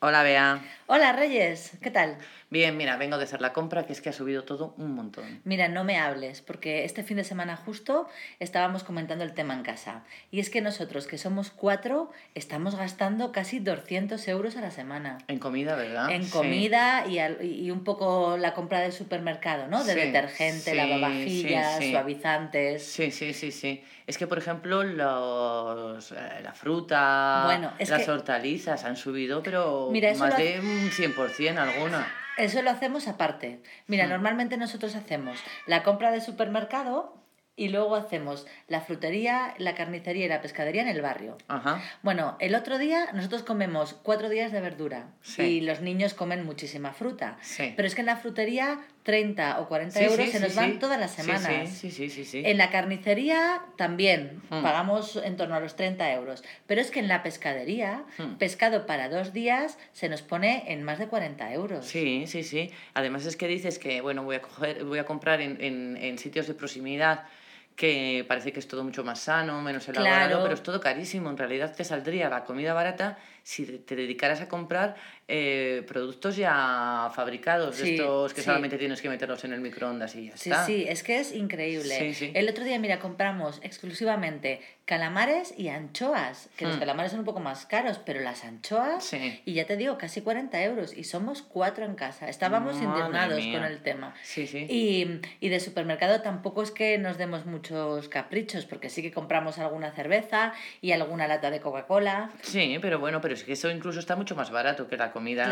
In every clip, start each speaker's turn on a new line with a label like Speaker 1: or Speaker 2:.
Speaker 1: Hola, Bea.
Speaker 2: Hola Reyes, ¿qué tal?
Speaker 1: Bien, mira, vengo de hacer la compra, que es que ha subido todo un montón.
Speaker 2: Mira, no me hables, porque este fin de semana justo estábamos comentando el tema en casa. Y es que nosotros, que somos cuatro, estamos gastando casi 200 euros a la semana.
Speaker 1: En comida, ¿verdad?
Speaker 2: En
Speaker 1: Ah, Sí.
Speaker 2: comida y, al- y un poco la compra del supermercado, ¿no? De
Speaker 1: Sí,
Speaker 2: detergente,
Speaker 1: sí,
Speaker 2: lavavajillas,
Speaker 1: sí, sí.
Speaker 2: suavizantes.
Speaker 1: Sí, sí, sí, sí. Es que, por ejemplo, los, eh, la fruta,
Speaker 2: Bueno, es
Speaker 1: las
Speaker 2: que-
Speaker 1: hortalizas han subido, pero
Speaker 2: Mira, eso
Speaker 1: más
Speaker 2: lo-
Speaker 1: de un 100% alguna.
Speaker 2: Eso lo hacemos aparte.
Speaker 1: Mm.
Speaker 2: Mira, normalmente nosotros hacemos la compra del supermercado y luego hacemos la frutería, la carnicería y la pescadería en el barrio.
Speaker 1: Ajá.
Speaker 2: Bueno, el otro día nosotros comemos cuatro días de verdura
Speaker 1: Sí.
Speaker 2: y los niños comen muchísima fruta.
Speaker 1: Sí.
Speaker 2: Pero es que en la frutería 30 o 40
Speaker 1: Sí,
Speaker 2: euros
Speaker 1: sí,
Speaker 2: se
Speaker 1: sí,
Speaker 2: nos van
Speaker 1: sí.
Speaker 2: todas las
Speaker 1: Sí,
Speaker 2: semanas.
Speaker 1: Sí, sí, sí, sí. sí.
Speaker 2: En la carnicería también
Speaker 1: Mm.
Speaker 2: pagamos en torno a los 30 euros. Pero es que en la pescadería,
Speaker 1: Mm.
Speaker 2: pescado para dos días se nos pone en más de 40 euros.
Speaker 1: Sí, sí, sí. Además es que dices que, bueno, voy a, coger, voy a comprar en, en- en sitios de proximidad que parece que es todo mucho más sano, menos elaborado,
Speaker 2: Claro.
Speaker 1: pero es todo carísimo. En realidad te saldría la comida barata si te- te dedicaras a comprar eh, productos ya fabricados, de
Speaker 2: Sí,
Speaker 1: estos que
Speaker 2: sí.
Speaker 1: solamente tienes que meterlos en el microondas y ya
Speaker 2: Sí,
Speaker 1: está.
Speaker 2: sí, es que es increíble.
Speaker 1: Sí, sí.
Speaker 2: El otro día, mira, compramos exclusivamente calamares y anchoas, que los
Speaker 1: Hmm.
Speaker 2: calamares son un poco más caros, pero las anchoas,
Speaker 1: Sí.
Speaker 2: y ya te digo, casi 40 euros, y somos cuatro en casa. Estábamos
Speaker 1: Madre
Speaker 2: indignados
Speaker 1: mía.
Speaker 2: con el tema.
Speaker 1: Sí, sí.
Speaker 2: Y, y de supermercado tampoco es que nos demos muchos caprichos, porque sí que compramos alguna cerveza y alguna lata de Coca-Cola.
Speaker 1: Sí, pero bueno, pero es que eso incluso está mucho más barato que la comida.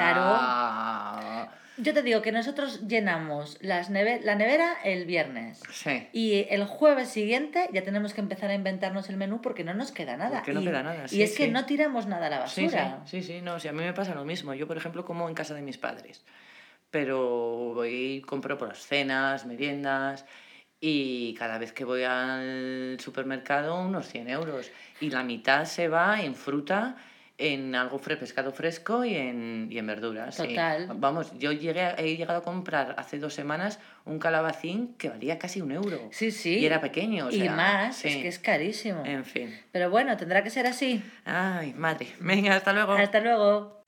Speaker 2: Yo te digo que nosotros llenamos las neve- la nevera el viernes.
Speaker 1: Sí.
Speaker 2: Y el jueves siguiente ya tenemos que empezar a inventarnos el menú porque no nos queda nada.
Speaker 1: Porque no
Speaker 2: y,
Speaker 1: queda nada,
Speaker 2: y
Speaker 1: sí,
Speaker 2: es que
Speaker 1: sí.
Speaker 2: no tiramos nada a la
Speaker 1: Sí, sí,
Speaker 2: basura.
Speaker 1: sí, sí, no, si a mí me pasa lo mismo. Yo, por ejemplo, como en casa de mis padres, pero voy y compro por las cenas, meriendas y cada vez que voy al supermercado unos 100 euros y la mitad se va en fruta, en algo fre pescado fresco y en, y en verduras. sí.
Speaker 2: Total.
Speaker 1: Vamos, yo llegué a- he llegado a comprar hace dos semanas un calabacín que valía casi un euro.
Speaker 2: Sí, sí.
Speaker 1: Y era pequeño. o
Speaker 2: y
Speaker 1: sea,
Speaker 2: más,
Speaker 1: sí. Em.
Speaker 2: es que es carísimo.
Speaker 1: En fin.
Speaker 2: Pero bueno, tendrá que ser así.
Speaker 1: Ay, madre. Venga, hasta luego.
Speaker 2: Hasta luego.